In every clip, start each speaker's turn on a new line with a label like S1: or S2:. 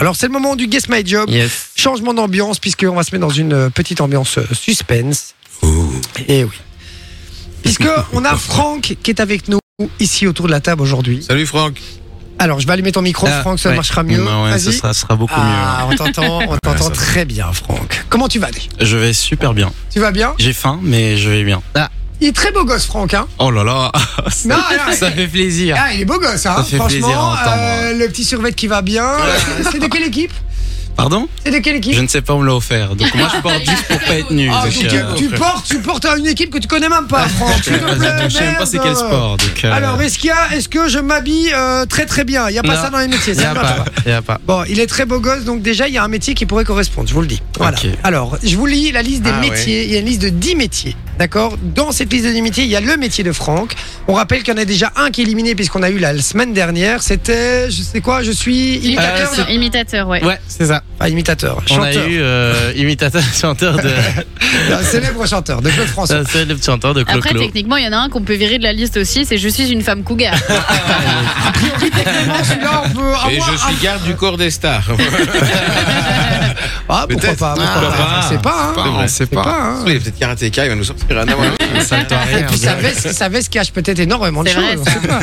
S1: Alors c'est le moment du Guess My Job.
S2: Yes.
S1: Changement d'ambiance puisqu'on va se mettre dans une euh, petite ambiance euh, suspense.
S3: Oh.
S1: Et oui. Puisque on a Franck qui est avec nous ici autour de la table aujourd'hui.
S3: Salut Franck.
S1: Alors je vais allumer ton micro,
S2: Ah,
S1: Franck, ça
S2: ouais.
S1: marchera mieux.
S3: Bah ouais, ce
S1: Vas-y.
S3: sera, ce sera beaucoup
S1: Ah, on t'entend, on t'entend
S3: ça va.
S1: très bien, Franck. Comment tu vas déjà
S3: mieux. Je vais super bien.
S1: Tu vas bien
S3: J'ai faim, mais je vais bien.
S1: Il est très beau gosse, Franck. Hein
S3: Oh là là,
S1: non,
S3: ça,
S1: non,
S3: ça fait plaisir.
S1: Ah, il est beau gosse, hein,
S3: Ça fait plaisir à
S1: franchement. euh,
S3: entendre.
S1: le petit survêt qui va bien. Euh, C'est de quelle équipe
S3: Pardon
S1: C'est de quelle équipe
S3: Je ne sais pas, on me l'a offert. Donc moi je porte juste pour pas être nul.
S1: Ah,
S3: donc,
S1: tu,
S3: euh,
S1: tu portes, tu portes à une équipe que tu connais même pas, Franck. S'il te plaît,
S3: donc, Ah, je sais même pas c'est quel
S1: merde.
S3: sport. Donc, euh,
S1: Alors, est-ce qu'il y a, est-ce que je m'habille euh, très très bien Il y a pas
S3: Non.
S1: ça dans les métiers.
S3: y
S1: ça
S3: a
S1: ne va
S3: pas,
S1: pas.
S3: y a pas.
S1: Bon, il est très beau gosse, donc déjà il y a un métier qui pourrait correspondre. Je vous le dis. Voilà.
S3: Ok.
S1: Alors, je vous lis la liste des
S3: Ah,
S1: métiers. Il y a une liste de 10 métiers. D'accord. Dans cette liste de 10 métiers, il y a le métier de Franck. On rappelle qu'il y en a déjà un qui est éliminé puisqu'on a eu la semaine dernière. C'était, je sais quoi, je suis imitateur.
S3: Euh,
S1: de-
S3: c'est-
S4: Imitateur, ouais.
S3: Ouais, c'est ça.
S1: Enfin, imitateur,
S3: On
S1: chanteur,
S3: a eu euh, imitateur chanteur de
S1: un célèbre chanteur de Claude François.
S3: un célèbre chanteur de
S4: Après,
S3: Clo-Clo.
S4: techniquement, il y en a un qu'on peut virer de la liste aussi, c'est Je suis une femme cougar.
S1: A priori, techniquement, celui-là, on peut avoir
S5: Et je
S1: un
S5: suis garde du corps des stars.
S1: Ah, pourquoi
S5: Peut-être.
S1: pas, pourquoi
S3: Ah,
S1: pas.
S3: bah.
S1: C'est pas, hein.
S5: vrai,
S3: c'est
S1: C'est pas, hein.
S5: Il est peut-être karatéka, il va nous sortir un hein. avant.
S3: Ça ne doit
S1: Et
S3: rien.
S1: puis sa veste, sa veste cache peut-être énormément de
S4: C'est
S1: choses.
S4: vrai,
S1: on sait pas.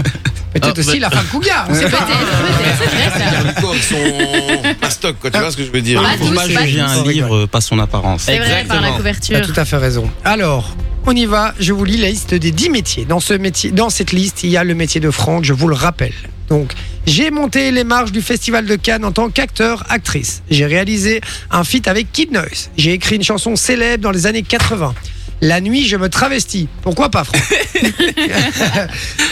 S1: Peut-être
S3: Ah,
S1: aussi la
S3: bah-
S1: femme Cougar. On sait pas.
S4: Peut-être, peut-être, c'est vrai, ça.
S5: Garde du corps avec son pastoc, quoi. Tu vois ce que je veux dire
S4: Pas
S3: Faut
S4: tous,
S3: pas
S4: pas
S3: juger
S4: tous.
S3: un
S1: On
S3: livre, euh, pas son apparence.
S4: C'est vrai, par la
S1: T'as
S4: couverture.
S1: Bah, tout à fait raison. Alors, on y va. Je vous lis la liste des 10 métiers. Dans, ce métier, dans cette liste, il y a le métier de Franck, je vous le rappelle. Donc, j'ai monté les marches du Festival de Cannes en tant qu'acteur, actrice. J'ai réalisé un feat avec Kid Noise. J'ai écrit une chanson célèbre dans les années 80. La nuit, je me travestis. Pourquoi pas, Franck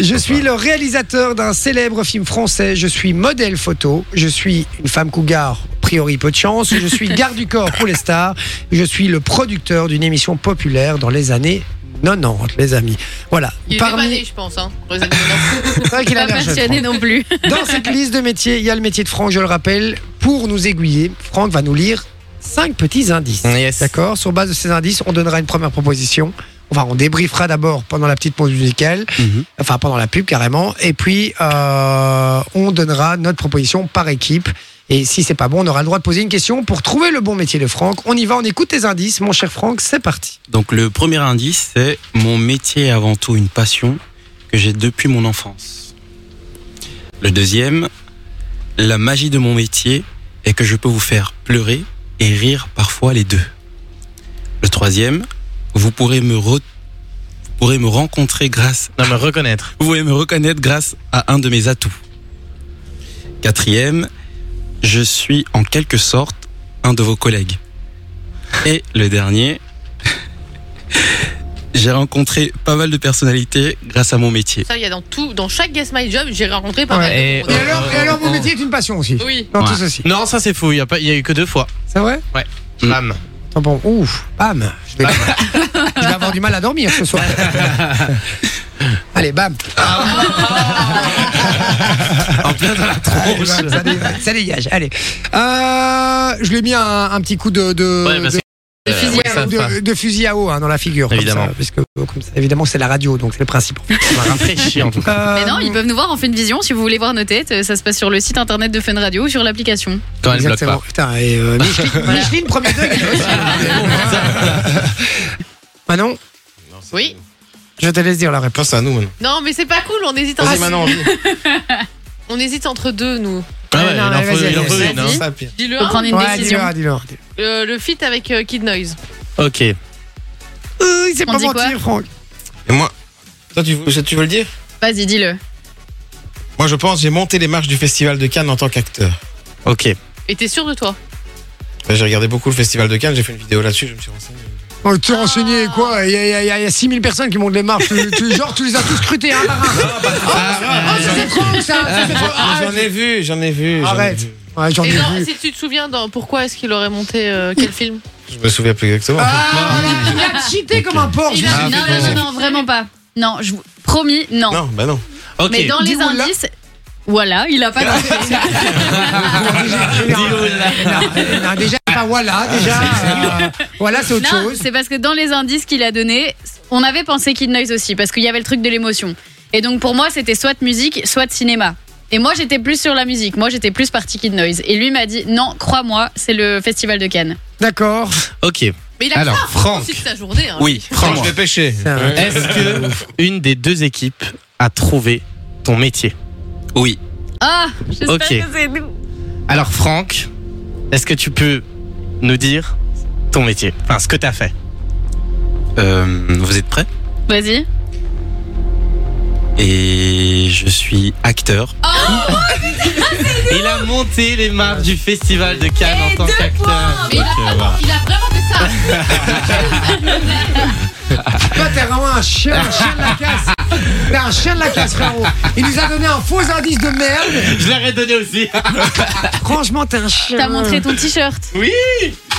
S1: Je suis le réalisateur d'un célèbre film français. Je suis modèle photo. Je suis une femme cougar, a priori peu de chance. Je suis garde du corps pour les stars. Je suis le producteur d'une émission populaire dans les années 90, les amis. Voilà. Parmi.
S4: je pense. Hein,
S1: C'est vrai qu'il a
S4: pas
S1: l'air jeune,
S4: passionné non plus.
S1: Franck. Dans cette liste de métiers, il y a le métier de Franck, je le rappelle. Pour nous aiguiller, Franck va nous lire cinq petits indices.
S3: Yes.
S1: D'accord Sur base de ces indices, on donnera une première proposition. Enfin, on débriefera d'abord pendant la petite pause musicale,
S3: Mhm.
S1: enfin pendant la pub carrément, et puis euh, on donnera notre proposition par équipe. Et si c'est pas bon, on aura le droit de poser une question pour trouver le bon métier de Franck. On y va, on écoute tes indices, mon cher Franck, c'est parti.
S3: Donc le premier indice, c'est mon métier est avant tout une passion que j'ai depuis mon enfance. Le deuxième, la magie de mon métier est que je peux vous faire pleurer et rire parfois les deux. Le troisième, vous pourrez me re- vous pourrez me rencontrer grâce
S2: Non, me reconnaître.
S3: vous pouvez me reconnaître grâce à un de mes atouts. Quatrième, je suis en quelque sorte un de vos collègues. Et le dernier, j'ai rencontré pas mal de personnalités grâce à mon métier.
S4: Ça, il y a dans tout, dans chaque Guess My Job, j'ai rencontré
S1: pas Ouais. mal
S2: Et,
S1: Et alors, et alors, mon métier est une passion aussi.
S4: Oui.
S1: Dans tout
S3: Ouais.
S1: ceci.
S2: Non, ça c'est fou, il y, a pas- il y a eu que deux fois.
S1: C'est vrai
S2: Bam.
S1: Attends, bon, ouf, bam. Je vais, je vais avoir du mal à dormir ce soir. Allez, bam.
S3: En plein dans la
S1: Allez,
S3: tronche.
S1: bam, ça, dégage, ça dégage. Allez. Euh, je lui ai mis un, un petit coup de, de,
S2: Ouais, parce
S1: de-
S2: que, euh,
S4: fusil
S2: ouais,
S4: à
S2: ça,
S1: ou
S2: ça-
S1: de- de fusil à eau hein, dans la figure. comme
S2: Évidemment.
S1: ça, puisque, euh, comme ça, évidemment, c'est la radio, donc c'est le principe.
S2: ça m'a rafraîchi en tout cas.
S1: Euh,
S4: Mais non, ils peuvent nous voir en fin de vision si vous voulez voir nos têtes. euh, Ça se passe sur le site internet de Fun Radio ou sur l'application.
S2: Quand elle bloque
S1: Exactement.
S2: pas.
S1: Putain, et euh, Micheline,
S4: Voilà.
S1: Micheline, premier degré. Manon,
S4: Oui.
S1: je te laisse dire la réponse.
S5: Pense à nous maintenant.
S6: Non, mais c'est pas cool, on hésite
S5: Vas-y
S6: entre,
S5: maintenant.
S6: on hésite entre deux, nous.
S2: Ah
S1: Ouais, non,
S2: ouais, il en
S1: mais
S2: faut-
S1: vas-y,
S2: il en
S1: vas-y,
S2: faut
S4: vas-y.
S2: une. hein.
S5: Ça pire.
S6: Dis-le
S4: Faut
S6: un,
S4: prendre une
S1: Ouais,
S4: décision.
S1: dis-le, dis-le, dis-le.
S6: le, le feat avec euh, Kid Noise.
S2: Ok.
S1: Euh, Il sait
S4: On
S1: pas
S4: dit quoi
S1: mentir, Franck.
S5: Et moi. Toi, tu, veux- tu veux le dire
S4: Vas-y, dis-le.
S5: Moi, je pense, j'ai monté les marches du Festival de Cannes en tant qu'acteur.
S2: Ok.
S6: Et t'es sûr de toi
S5: J'ai regardé beaucoup le Festival de Cannes, j'ai fait une vidéo là-dessus, je me suis renseigné.
S1: Oh, tu renseigné quoi Il y a, il y a- il y a- il y a 6000 personnes qui montent les marches. Tu, tu- genre, tu les as tous hein, scrutés un par un. Ah, ça, c'est trop, ça, ça, c'est trop. Ah,
S5: j'en ai vu, j'en ai vu.
S1: Arrête. ouais, J'en ai
S6: Et dans-
S1: vu.
S6: si tu te souviens, dans, pourquoi est-ce qu'il aurait monté euh, quel film
S5: Je me souviens plus exactement.
S1: Ah, il a cheaté comme un porc.
S4: Il
S1: je
S4: a-
S1: sais.
S5: Ah,
S4: non,
S5: mais
S4: non,
S5: bon.
S4: non, non, vraiment pas. Non, je vous promis, non.
S5: Non, bah non.
S2: Ok.
S4: Mais dans les
S1: Dis-vous là.
S4: indices, voilà, il a pas compris.
S3: Ah,
S1: euh, Non, non, Déjà, pas
S3: Ah,
S1: voilà. Déjà, euh, voilà, c'est autre
S4: Non,
S1: chose.
S4: c'est parce que dans les indices qu'il a donnés, on avait pensé Kid Noise aussi, parce qu'il y avait le truc de l'émotion. Et donc pour moi, c'était soit musique, soit cinéma. Et moi, j'étais plus sur la musique. Moi, j'étais plus partie Kid Noise. Et lui m'a dit non, crois-moi, c'est le festival de Cannes.
S1: D'accord.
S2: Ok.
S6: Mais il a
S2: Alors, Franck.
S6: aussi de sa journée. hein.
S3: Oui,
S5: Franck,
S3: franchement.
S5: je vais pêcher.
S1: C'est un-
S5: Ouais.
S2: Est-ce que une des deux équipes a trouvé ton métier
S3: Oui.
S4: Ah, j'espère
S2: Ok.
S4: que c'est nous.
S2: Alors Franck, est-ce que tu peux nous dire ton métier Enfin, ce que t'as fait.
S3: Euh, vous êtes prêts
S4: Vas-y.
S3: Et je suis acteur.
S2: Il a monté les marques du festival de Cannes en tant qu'acteur.
S6: Mais il a,
S3: Ok, voilà.
S6: il a vraiment fait ça.
S1: Toi, t'es vraiment un chien, un chien de la casse. T'es un chien de la casse, frérot. Il nous a donné un faux indice de merde.
S2: Je l'aurais donné aussi.
S1: Franchement, t'es un chien.
S4: T'as montré ton t-shirt.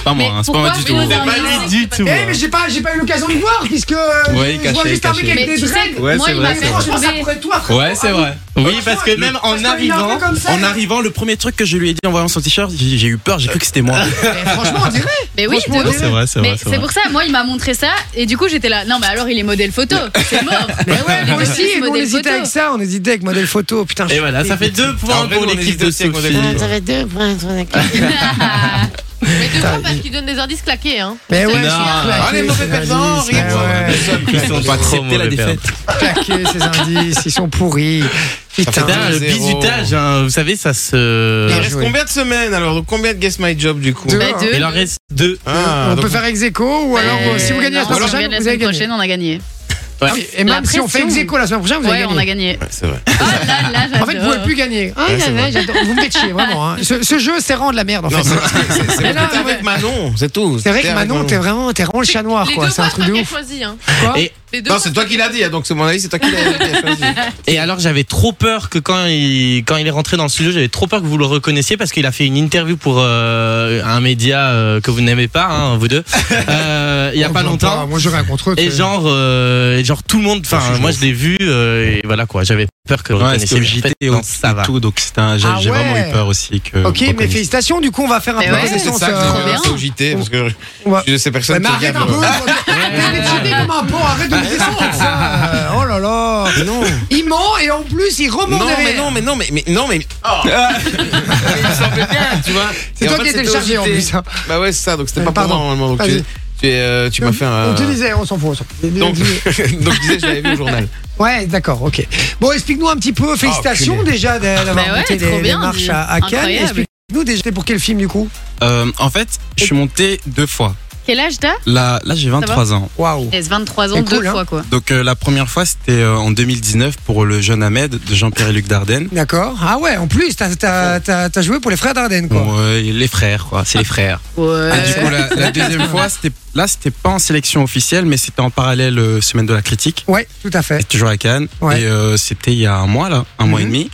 S3: Pas moi,
S4: Mais
S3: hein, c'est pas moi
S4: pourquoi
S3: du
S4: vous
S3: tout.
S4: nous avez-
S2: du tout.
S1: Eh, mais j'ai pas, j'ai pas eu l'occasion de voir, puisque euh,
S3: Ouais,
S1: je vois
S3: caché,
S1: juste un mec
S3: caché.
S1: avec
S4: Mais
S1: des
S4: tu sais,
S1: dreads.
S4: que
S3: Ouais,
S4: moi,
S3: c'est
S4: il
S3: vrai,
S4: m'a
S1: Mais
S3: c'est
S4: fait
S1: franchement, ça
S4: tomber.
S1: pourrait être toi, frérot.
S3: Ouais, c'est vrai.
S2: Oui, parce que même
S1: Parce
S2: en
S1: qu'il a un peu
S2: arrivant,
S1: comme ça,
S3: En
S1: il-
S3: arrivant, le premier truc que je lui ai dit en voyant son t-shirt, j'ai j'ai eu peur, j'ai cru que c'était moi.
S1: Eh, Franchement, on dirait.
S4: Mais oui,
S1: Franchement,
S4: de ouf.
S1: c'est
S3: vrai, Ah, c'est
S4: Mais c'est pour ça, moi, il m'a montré ça. Et du coup, j'étais là. Non, mais alors, il est modèle photo. C'est mort.
S1: Mais ouais, moi
S4: mais
S1: aussi,
S4: c'est
S1: nous, on
S4: modèle
S1: hésitait
S4: photo.
S1: avec ça, on hésitait avec modèle photo. Putain,
S2: Et voilà, ça fait deux points
S5: En vrai,
S2: pour
S5: nous, on
S2: l'équipe
S5: hésite
S2: de
S5: aussi avec
S2: Sophie.
S5: Modèle
S7: J'avais deux points sur la
S4: Bah,
S6: Mais deux fois parce qu'il donne des indices claqués. Hein.
S1: Mais ouais,
S2: Non.
S1: je suis claqué,
S5: Ah, les
S1: ces
S5: mauvais perdants,
S1: indices.
S5: regarde.
S1: Ouais, ouais,
S2: Ils sont pas trop
S3: C'était la
S2: mauvais
S3: défaite.
S1: claqué, ces indices, ils sont pourris. Putain.
S2: Putain, le
S5: Zéro.
S2: bizutage, hein, vous savez, ça
S5: Il
S2: se.
S1: Bien
S5: reste
S1: joué.
S5: combien de semaines alors Combien de Guess My Job du coup
S1: Deux.
S4: Bah, deux.
S2: Il en reste deux.
S5: Ah,
S1: on
S5: donc-
S1: peut faire ex aequo, ou alors
S4: Euh,
S1: euh, si vous gagnez la
S4: non,
S1: semaine
S4: si on gagne
S1: prochaine,
S4: la
S1: vous avez
S4: semaine
S1: gagné.
S4: prochaine, on a gagné.
S1: Et
S4: La
S1: même si on fait ex
S4: pression.
S1: aequo la semaine prochaine, vous avez
S4: Ouais,
S1: gagné.
S4: on a gagné.
S5: C'est vrai.
S4: Ah là là, j'adore.
S1: En fait, vous pouvez plus gagner. Ah,
S5: Ouais, c'est
S1: là, là,
S5: vrai.
S1: j'adore. vous me faites chier, vraiment. hein. Ce, ce jeu, c'est rendre la merde, en fait.
S5: Non, c'est- c'est- c'est- c'est-
S1: Mais non,
S5: t'es avec
S1: mais-
S5: Manon, c'est tout.
S1: C'est vrai
S5: T'es
S1: que
S5: avec
S1: Manon, t'es vraiment, t'es vraiment le chat noir,
S6: Les
S1: Ah, quoi.
S6: deux
S1: C'est un
S6: fois,
S1: truc
S6: c'est
S1: de
S6: toi qui
S1: ouf.
S6: as choisi. Hein.
S1: Quoi
S2: Et-
S6: Les deux
S5: Non,
S6: fois,
S5: c'est toi qui l'as dit, hein, donc c'est mon avis, c'est toi qui l'as qui l'as choisi.
S2: Et alors, j'avais trop peur que quand il, quand il est rentré dans le studio, j'avais trop peur que vous le reconnaissiez parce qu'il a fait une interview pour euh, un média euh, que vous n'aimez pas, hein, vous deux, euh, il y a pas longtemps.
S1: Moi, j'aurais un contre eux.
S2: Et
S1: que-
S2: genre, euh, et genre tout le monde, enfin, moi je l'ai vu, euh, et voilà quoi, j'avais peur que vous
S3: Ouais, c'était au
S2: reconnaissiez. mais en fait,
S3: JT et
S2: non,
S3: au-
S2: ça
S3: et
S2: va.
S3: tout, donc c'était un- j'ai
S1: Ah
S3: j'ai vraiment
S1: ouais.
S3: eu peur aussi que.
S1: Ok,
S3: on
S1: mais
S3: reconnaisse.
S1: félicitations. Du coup, on va faire un
S4: Mais
S1: peu de
S4: Eh ouais,
S5: C'est
S1: connaissance,
S5: ça que
S1: euh,
S5: j'ai
S4: bien.
S5: commencé au JT, parce que
S1: Ouais.
S5: je sais
S1: Ouais,
S5: personne
S1: mais
S5: qui
S1: arrête un
S5: regarde.
S1: peu Arrête de checker comme un porc, arrête de me descendre comme ça Euh, Oh là là
S5: Ah, Non,
S1: Il ment et en plus il remonte
S5: non, mais
S1: derrière Ah,
S5: non, mais non, mais, mais- non, mais. Il me semblait bien, tu vois.
S1: C'est
S5: Et
S1: toi
S5: en fait,
S1: qui étais
S5: c'était
S1: le
S5: au
S1: chargé en
S5: JT.
S1: plus hein.
S5: Bah ouais, c'est ça, donc c'était
S1: Euh,
S5: pas pour
S1: pardon.
S5: moi normalement. Donc
S1: Vas-y.
S5: tu, tu, es, euh, tu m'as fait un.
S1: On te disait, on s'en fout, on s'en fout.
S5: Donc, donc je disais, je l'avais vu au journal.
S1: Ouais, d'accord, ok. Bon, explique-nous un petit peu, félicitations
S5: enculé.
S1: déjà d'a- d'avoir
S4: Bah ouais,
S1: monté
S4: trop
S1: les, les
S4: bien,
S1: marches
S4: dis.
S1: à, à Cannes.
S4: Incroyable.
S1: Explique-nous déjà pour quel film du coup
S3: Euh, en fait, je suis monté deux fois.
S4: Quel âge t'as
S3: Là, là j'ai 23 ans.
S1: Waouh
S4: Yes, 23 ans,
S1: C'est
S4: deux
S1: cool, hein.
S4: fois quoi.
S3: Donc euh, la première fois, c'était euh, en 2019 pour le jeune Ahmed de Jean-Pierre et Luc Dardenne.
S1: D'accord. Ah ouais, en plus, t'as- t'as t'as- t'as joué pour les frères Dardenne, quoi.
S3: Bon, euh, les frères, quoi. C'est les
S1: Ah.
S3: frères. Et du coup, la, la deuxième fois, c'était là, c'était pas en sélection officielle, mais c'était en parallèle euh, semaine de la critique.
S1: Ouais, tout à fait.
S3: Et toujours à Cannes.
S1: Ouais.
S3: Et euh, c'était il y a un mois là, un mois et
S1: Mhm.
S3: demi.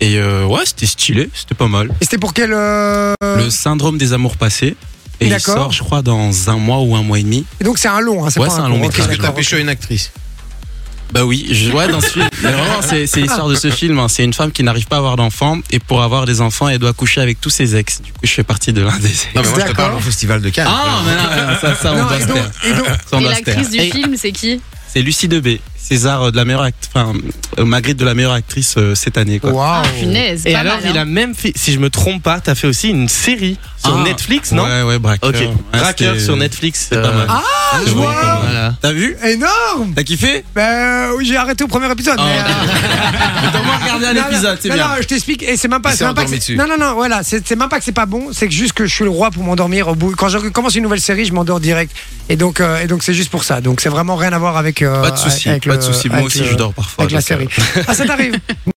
S3: Et euh, ouais, c'était stylé, c'était pas mal.
S1: Et c'était pour quel. euh,
S3: Le syndrome des amours passés. Et il
S1: D'accord.
S3: sort, je crois, dans un mois ou un mois et demi.
S1: Et donc c'est un long, hein, c'est
S3: Ouais,
S1: pas
S3: c'est un long
S1: court. Ok,
S3: métrage.
S5: Est-ce que t'as
S1: d'accord.
S5: pécho une actrice
S3: Bah oui, je, ouais, dans ce film. Mais vraiment, c'est, c'est l'histoire de ce film. hein. C'est une femme qui n'arrive pas à avoir d'enfants et pour avoir des enfants, elle doit coucher avec tous ses ex. Du coup, je fais partie de l'un des ex.
S5: Non, mais moi je te
S1: D'accord.
S5: parle au festival de Cannes.
S3: Ah, mais non, non, ça, ça, on
S1: Non,
S3: doit
S1: et
S3: se
S1: donc-
S3: taire.
S1: et donc-
S3: Ça, on
S4: Et
S3: doit se taire.
S4: l'actrice du
S3: Et
S4: film, c'est qui
S3: C'est Lucie Debé, César euh, de la meilleure actrice, enfin, euh, Magritte de la meilleure actrice euh, cette année, quoi.
S1: Waouh.
S4: Ah, punaise.
S2: Et
S4: pas
S2: alors,
S4: mal,
S2: il
S4: hein.
S2: a même fait, si je me trompe pas, t'as fait aussi une série sur
S3: Ah.
S2: Netflix, non
S3: Ouais, ouais, braqueur.
S2: Ok,
S3: Ouais,
S2: Braqueur
S3: c'était-
S2: sur Netflix. euh,
S3: C'est pas mal.
S1: Ah,
S3: C'est
S1: je
S3: bon,
S1: vois.
S3: pas mal.
S2: Voilà.
S3: T'as vu
S1: Énorme
S3: T'as kiffé
S1: Ben oui, j'ai arrêté au premier épisode.
S3: Ah,
S1: mais,
S3: ok.
S1: euh,
S3: Mais T'as au moins regardé un
S1: Non, non,
S3: épisode, c'est
S1: non,
S3: bien.
S1: non, je t'explique. Et c'est même pas.
S5: Il s'est
S1: c'est même pas que
S5: endormi
S1: c'est-
S5: dessus.
S1: non, non, non. Voilà, c'est c'est même pas que c'est pas bon. C'est que juste que je suis le roi pour m'endormir. Au bout, quand je commence une nouvelle série, je m'endors direct. Et donc, euh, et donc c'est juste pour ça. Donc, c'est vraiment rien à voir avec. euh,
S3: Pas de soucis,
S1: avec
S3: pas
S1: le-
S3: de soucis. Moi
S1: avec
S3: aussi,
S1: le-
S3: je dors parfois.
S1: Avec la
S3: donc, euh,
S1: série. Ah, ça t'arrive.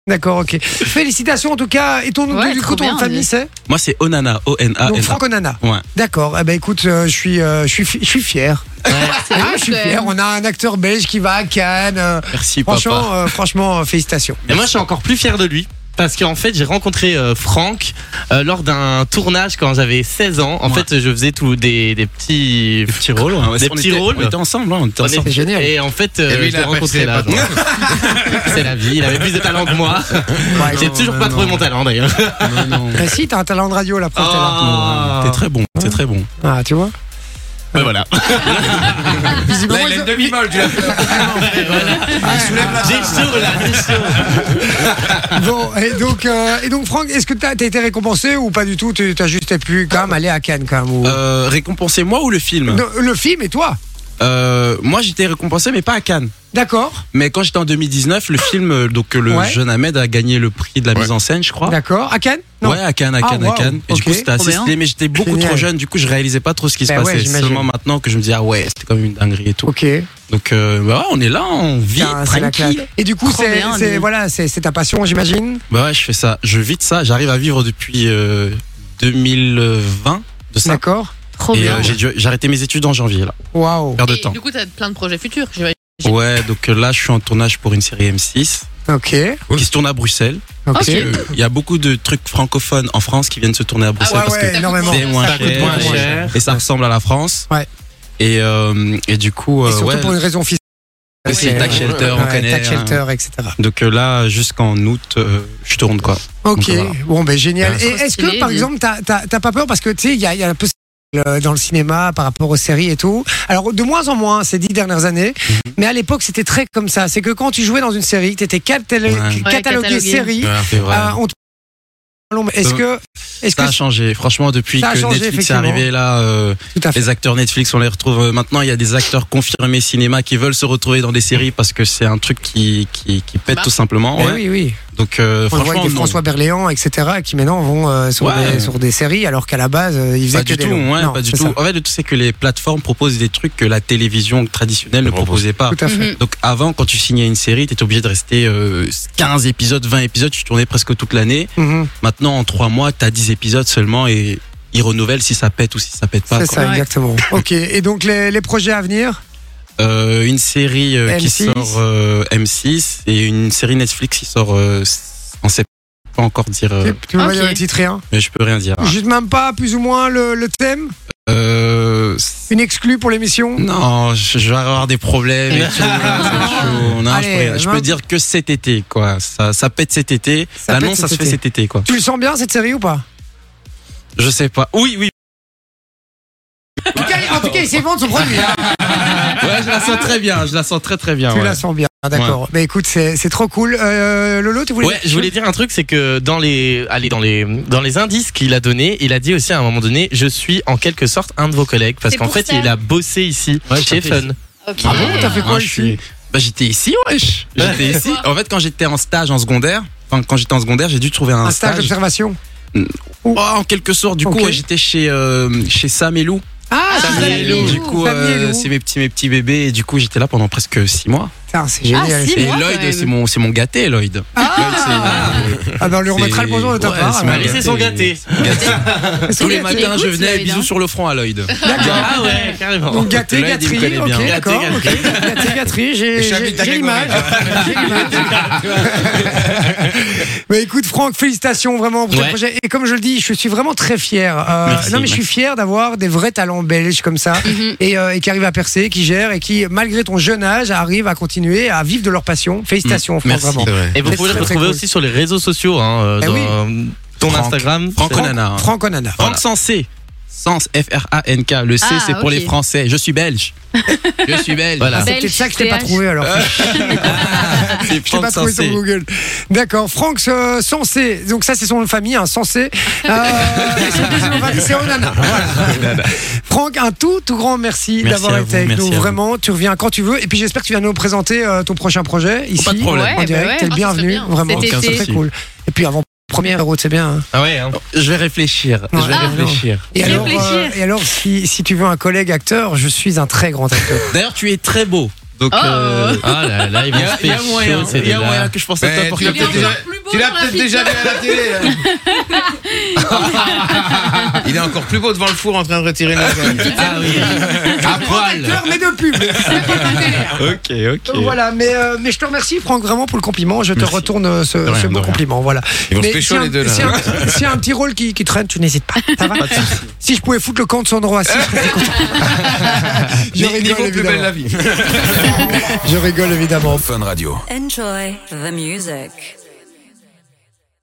S1: D'accord, ok. Félicitations en tout cas. Et ton,
S4: Ouais,
S1: du
S4: trop
S1: coup, ton
S4: bien,
S1: nom de famille,
S4: mais-
S1: c'est
S3: Moi, c'est Onana, O-N-A-N-A.
S1: Donc Franck Onana.
S3: Ah, Ouais.
S1: D'accord. Eh ben écoute, euh, je suis, euh, je suis, fi- je suis fier. Ah, je suis
S4: ouf,
S1: fier.
S4: euh.
S1: On a un acteur belge qui va à Cannes. euh,
S3: Merci, papa.
S1: Franchement, euh, franchement, euh, félicitations.
S2: Et moi, je suis encore plus fier de lui. Parce qu'en fait, j'ai rencontré euh, Franck euh, lors d'un tournage quand j'avais 16 ans. En
S3: Ouais.
S2: fait, je faisais tous des, des petits.
S3: Des petits rôles, hein. ouais, ouais,
S2: Des
S3: on
S2: petits
S3: était-
S2: rôles.
S3: On était ensemble, hein, on était ensemble.
S1: C'est génial.
S2: Et en fait, euh,
S5: Et lui, il
S2: je
S5: a
S2: l'ai
S5: pas
S2: rencontré
S5: fait pas
S2: là.
S5: de-
S2: genre. C'est la vie, il avait plus de talent que moi.
S1: Ouais.
S2: Ah,
S1: Bah,
S2: J'ai toujours pas trouvé mon talent d'ailleurs.
S3: Non, non.
S1: Mais si, t'as un talent de radio, la preuve, t'es là.
S2: Ah.
S3: T'es très bon, t'es très bon.
S1: Ah, tu vois
S5: Mais voilà. Là,
S1: Visiblement,
S5: il
S1: ils
S5: a
S1: ont- Ah,
S5: une demi-molle, tu l'as fait.
S2: Il soulève la
S1: Bon, et donc, euh, et donc Franck, est-ce que t'as as été récompensé ou pas du tout Tu as juste pu quand même aller à Cannes quand même ou-
S3: Euh, récompensé moi ou le film
S1: Non, Le film et toi
S3: Euh, Moi j'étais récompensé mais pas à Cannes.
S1: D'accord,
S3: Mais quand j'étais en 2019, le film, euh, donc euh, le
S1: Ouais.
S3: jeune Ahmed a gagné le prix de la
S5: Ouais.
S3: mise en scène, je crois.
S1: d'accord. À Cannes
S3: Ah. Ouais, à Cannes, à
S1: Ah,
S3: Cannes,
S1: wow,
S3: à Cannes. Et du
S1: ok.
S3: coup, c'était
S4: Trop
S3: assez
S4: bien.
S3: stylé, mais j'étais beaucoup
S1: Génial.
S3: trop jeune, du coup, je réalisais pas trop ce qui se
S1: Ben ouais,
S3: passait. C'est
S1: j'imagine.
S3: seulement maintenant que je me disais, ah ouais, c'était quand même une dinguerie et tout.
S1: Ok,
S3: Donc, euh, bah ouais, on est là, on vit,
S1: Putain, c'est la classe.
S3: tranquille.
S1: Et du coup,
S4: Trop
S1: c'est
S4: bien,
S1: c'est-
S4: lui.
S1: voilà, c'est c'est ta passion, j'imagine.
S3: Bah ouais, je fais ça. Je vis de ça. J'arrive à vivre depuis euh, 2020 de ça.
S1: D'accord.
S4: Trop
S3: Et
S4: bien.
S3: euh, j'ai dû- j'ai arrêté mes études en janvier, là.
S1: Waouh.
S3: Perte de
S6: hein. Et
S3: temps.
S6: Du coup, t'as plein de projets futurs. j'imagine.
S3: Ouais, donc euh, là, je suis en tournage pour une série M6
S1: Ok.
S3: qui se tourne à Bruxelles.
S1: Ok.
S3: Parce que Il y a beaucoup de trucs francophones en France qui viennent se tourner à
S6: Ah
S3: Bruxelles
S1: ouais,
S3: parce que
S6: ça
S1: énormément.
S6: coûte
S3: c'est moins
S1: Ça coûte
S3: cher,
S1: moins
S2: cher.
S3: et ça ressemble à la France.
S1: Ouais.
S3: Et, euh, et du coup,
S1: Et
S3: euh,
S1: surtout
S3: ouais,
S1: pour une raison fiscale.
S3: aussi
S1: Ouais,
S3: Tax
S1: ouais,
S3: Shelter, on
S1: ouais,
S3: connaît.
S1: Tax
S3: hein.
S1: Shelter, etc.
S3: Donc euh, là, jusqu'en août, euh, je tourne quoi.
S1: Ok,
S3: voilà.
S1: bon, ben génial.
S3: Ouais,
S1: Et
S4: trop
S1: est-ce que,
S4: stylé,
S1: par
S4: dis.
S1: exemple, t'as- t'as t'as pas peur parce que tu sais, il y a, il y a un peu euh, dans le cinéma par rapport aux séries et tout. Alors, de moins en moins ces dix dernières années,
S3: Mhm.
S1: mais à l'époque, c'était très comme ça. C'est que quand tu jouais dans une série, t'étais catalo-
S3: Ouais.
S1: catalogué,
S4: Ouais, catalogué.
S1: série.
S3: c'est vrai.
S1: euh, on te- Est-ce que, est-ce
S3: Euh, ça
S1: que
S3: a changé. Franchement, depuis
S1: Ça a
S3: que
S1: changé,
S3: Netflix est
S1: effectivement.
S3: arrivé là, euh,
S1: tout à fait.
S3: les acteurs Netflix, on les retrouve euh, maintenant. Il y a des acteurs confirmés cinéma qui veulent se retrouver dans des séries parce que c'est un truc qui qui, qui pète
S6: Bah.
S3: tout simplement.
S1: Eh
S3: ouais.
S1: oui, oui.
S3: Donc euh,
S1: On le voit
S3: franchement,
S1: avec des
S3: non.
S1: François Berléand, etc., qui maintenant vont euh, sur,
S3: Ouais.
S1: des, sur des séries, alors qu'à la base, euh, ils faisaient
S3: Pas
S1: que
S3: du
S1: des
S3: tout,
S1: longs.
S3: ouais,
S1: Non,
S3: pas du
S1: c'est
S3: tout.
S1: ça.
S3: En fait, le tout, c'est que les plateformes proposent des trucs que la télévision traditionnelle ne
S5: Propose.
S3: proposait pas.
S1: Tout à fait.
S4: Mhm.
S3: Mm. Donc avant, quand tu signais une série, t'étais obligé de rester euh, 15 épisodes, 20 épisodes, tu tournais presque toute l'année.
S1: Mhm.
S3: Maintenant, en 3 mois, t'as 10 épisodes seulement et ils renouvellent si ça pète ou si ça pète pas.
S1: C'est
S3: quoi.
S1: ça,
S4: Ouais.
S1: exactement. ok, et donc les, les projets à venir
S3: Euh, une série euh, qui
S1: M6.
S3: sort euh, M6 et une série Netflix qui sort euh, en septembre. Je peux Pas encore dire, euh, Ah.
S1: Tu- Tu peux
S4: ok.
S1: pas dire le titre, rien
S3: mais je peux rien dire.
S1: Juste même pas plus ou moins le, le thème
S3: Euh,
S1: Une exclue pour l'émission
S3: non, je je vais avoir des problèmes. et tout, là, c'est chaud. Non,
S1: Allez,
S3: je peux, rien- je peux
S1: non.
S3: dire que cet été, quoi. Ça, ça pète cet été.
S1: Ça pète
S3: L'annonce, ça
S1: cet
S3: se fait
S1: été.
S3: cet été, quoi.
S1: Tu le sens bien cette série ou pas
S3: Je sais pas. Oui, oui.
S1: en, tout cas, en tout cas, il s'est vendu son produit. hein.
S3: Ouais, je la sens très bien. Je la sens très très bien.
S1: Tu
S3: ouais.
S1: la sens bien, Ah, d'accord. Mais écoute, c'est c'est trop cool. Euh, Lolo, tu voulais
S2: Ouais, je voulais dire un truc, c'est que dans les, ah, allez, dans les, dans les indices qu'il a donné, il a dit aussi à un moment donné, je suis en quelque sorte un de vos collègues, parce
S4: C'est
S2: qu'en
S4: pour
S2: fait,
S4: ça.
S2: il a bossé ici
S3: Ouais,
S2: chez
S3: ça fait-
S2: Fun.
S4: Ok.
S1: Ah bon, t'as fait quoi
S3: Ah, je
S1: ici
S3: suis- Bah, j'étais ici, wesh. J'étais ici. En fait, quand j'étais en stage en secondaire, enfin, quand j'étais en secondaire, j'ai dû trouver un,
S1: Un stage d'observation
S3: Oh, en quelque sorte, du
S1: Ok.
S3: coup, ouais, j'étais chez, euh, chez Sam et Lou.
S1: Ah,
S4: Sam
S1: c'est vrai.
S4: et Lou.
S3: Du coup,
S1: Sam et
S3: euh,
S1: Lou.
S3: c'est mes petits, mes petits bébés. Et du coup, j'étais là pendant presque six mois.
S1: Putain, c'est
S4: Ah,
S1: génial.
S4: six
S3: Et
S4: mois, quand
S3: Lloyd,
S4: même.
S3: c'est mon, c'est mon gâté, Lloyd.
S1: Ah,
S3: Lloyd, c'est- euh,
S1: Ah ben, on lui remettra le bonjour de ta
S3: Ouais,
S1: part.
S3: c'est
S1: alors.
S3: ma
S2: Ah, mais
S3: gâté.
S2: c'est son gâté.
S3: Tous les
S1: Gâté.
S3: matins, je
S4: Écoute,
S3: venais,
S4: Lloyd, hein.
S3: bisous sur le front à Lloyd.
S2: Ah ouais, carrément.
S1: Donc gâté,
S3: Lloyd, il me
S1: gâterie,
S3: connaît
S1: ok,
S3: bien. Gâté,
S1: d'accord, ok,
S3: gâté.
S1: gâté, gâterie, j'ai
S5: Et
S1: j'ai-
S5: j'habite à
S1: j'ai l'image.
S5: Grégory.
S1: J'ai l'image. Mais écoute Franck, félicitations vraiment pour ce
S2: Ouais.
S1: projet. Et comme je le dis, je suis vraiment très fier. Euh,
S3: Merci,
S1: non mais je suis fier d'avoir des vrais talents belges comme ça et, euh, et qui arrivent à percer, qui gèrent et qui, malgré ton jeune âge, arrivent à continuer à vivre de leur passion. Félicitations Franck,
S3: Merci.
S1: vraiment.
S5: C'est vrai.
S2: Et vous
S1: C'est
S2: pouvez le
S1: très, très
S2: retrouver
S1: cool.
S2: aussi sur les réseaux sociaux, hein, euh,
S1: Eh
S2: dans,
S1: oui.
S2: euh, ton
S3: Franck-
S2: Instagram.
S3: Franck
S2: c'est-
S3: Onana. hein.
S1: Franck Onana.
S3: Franck sans C. Sens, F-R-A-N-K. Le E C,
S4: Ah,
S3: c'est pour
S4: ok.
S3: les Français. Je suis belge. Je suis belge.
S2: Voilà.
S1: Ah, C'est
S4: Belge,
S1: peut-être ça que je t'ai pas
S4: TH.
S1: trouvé alors.
S3: Ah, C'est
S1: Je t'ai pas
S3: Franck sans
S1: trouvé sur
S3: C.
S1: Google. D'accord, Franck euh, Sensé. Donc ça, c'est son nom de famille, hein, Sensé. Euh, et son deuxième nom de famille, c'est Onana. Voilà. Franck, un tout, tout grand merci,
S3: Merci
S1: d'avoir
S3: à
S1: été
S3: vous,
S1: avec
S3: merci
S1: nous.
S3: à vous.
S1: Vraiment, tu reviens quand tu veux. Et puis j'espère que tu viens nous présenter euh, ton prochain projet ici.
S3: Oh, Pas de problème.
S1: En
S4: Ouais,
S1: direct,
S4: bah ouais.
S1: t'es le
S6: Oh, ça
S1: bienvenu.
S6: serait bien.
S1: Vraiment,
S4: Cet
S1: c'est
S4: été.
S1: très cool. Et puis avant. Première route, c'est bien. hein.
S2: Ah ouais, hein.
S3: Je vais réfléchir. Je vais
S1: Ah.
S3: réfléchir.
S1: Et alors, euh,
S4: Réfléchir.
S1: et alors si, si tu veux un collègue acteur, je suis un très grand acteur.
S3: D'ailleurs, tu es très beau. Donc,
S4: Oh.
S3: euh,
S2: Ah là là, il
S3: il y
S2: va
S3: a,
S2: se
S3: il y a
S2: faire
S3: moyen.
S2: chaud, c'est
S3: Il y a
S2: déjà-
S3: moyen que je pense à
S5: Mais
S3: toi pour
S5: tu
S3: que
S5: l'as
S6: Il est
S5: peut-être
S6: encore
S5: déjà-
S6: plus beau
S5: Tu l'as
S6: dans la
S5: peut-être
S6: vie.
S5: déjà vu à la télé. hein. Il est encore plus beau devant le four en train de retirer une lasagne.
S2: Ah oui.
S5: À poil.
S1: Acteur, mais de pub.
S3: Ok, ok.
S1: Donc Voilà, mais, euh, mais je te remercie Franck vraiment pour le compliment. Je te
S3: Merci.
S1: retourne euh, ce,
S3: rien,
S1: ce
S3: de
S1: beau
S3: rien.
S1: compliment. Voilà.
S5: Ils vont se
S1: Mais
S5: pécho
S1: s'il y a
S5: les
S1: un-
S5: deux là.
S1: s'il y a un- S'il y a un petit rôle qui, qui traîne, tu n'hésites pas. Ça va si je pouvais foutre le camp de Sandro Assis, je serais content. je
S5: Ni- Niveau
S1: rigole
S5: plus
S1: évidemment.
S5: belle la vie.
S1: Je rigole évidemment.
S7: Enjoy the music.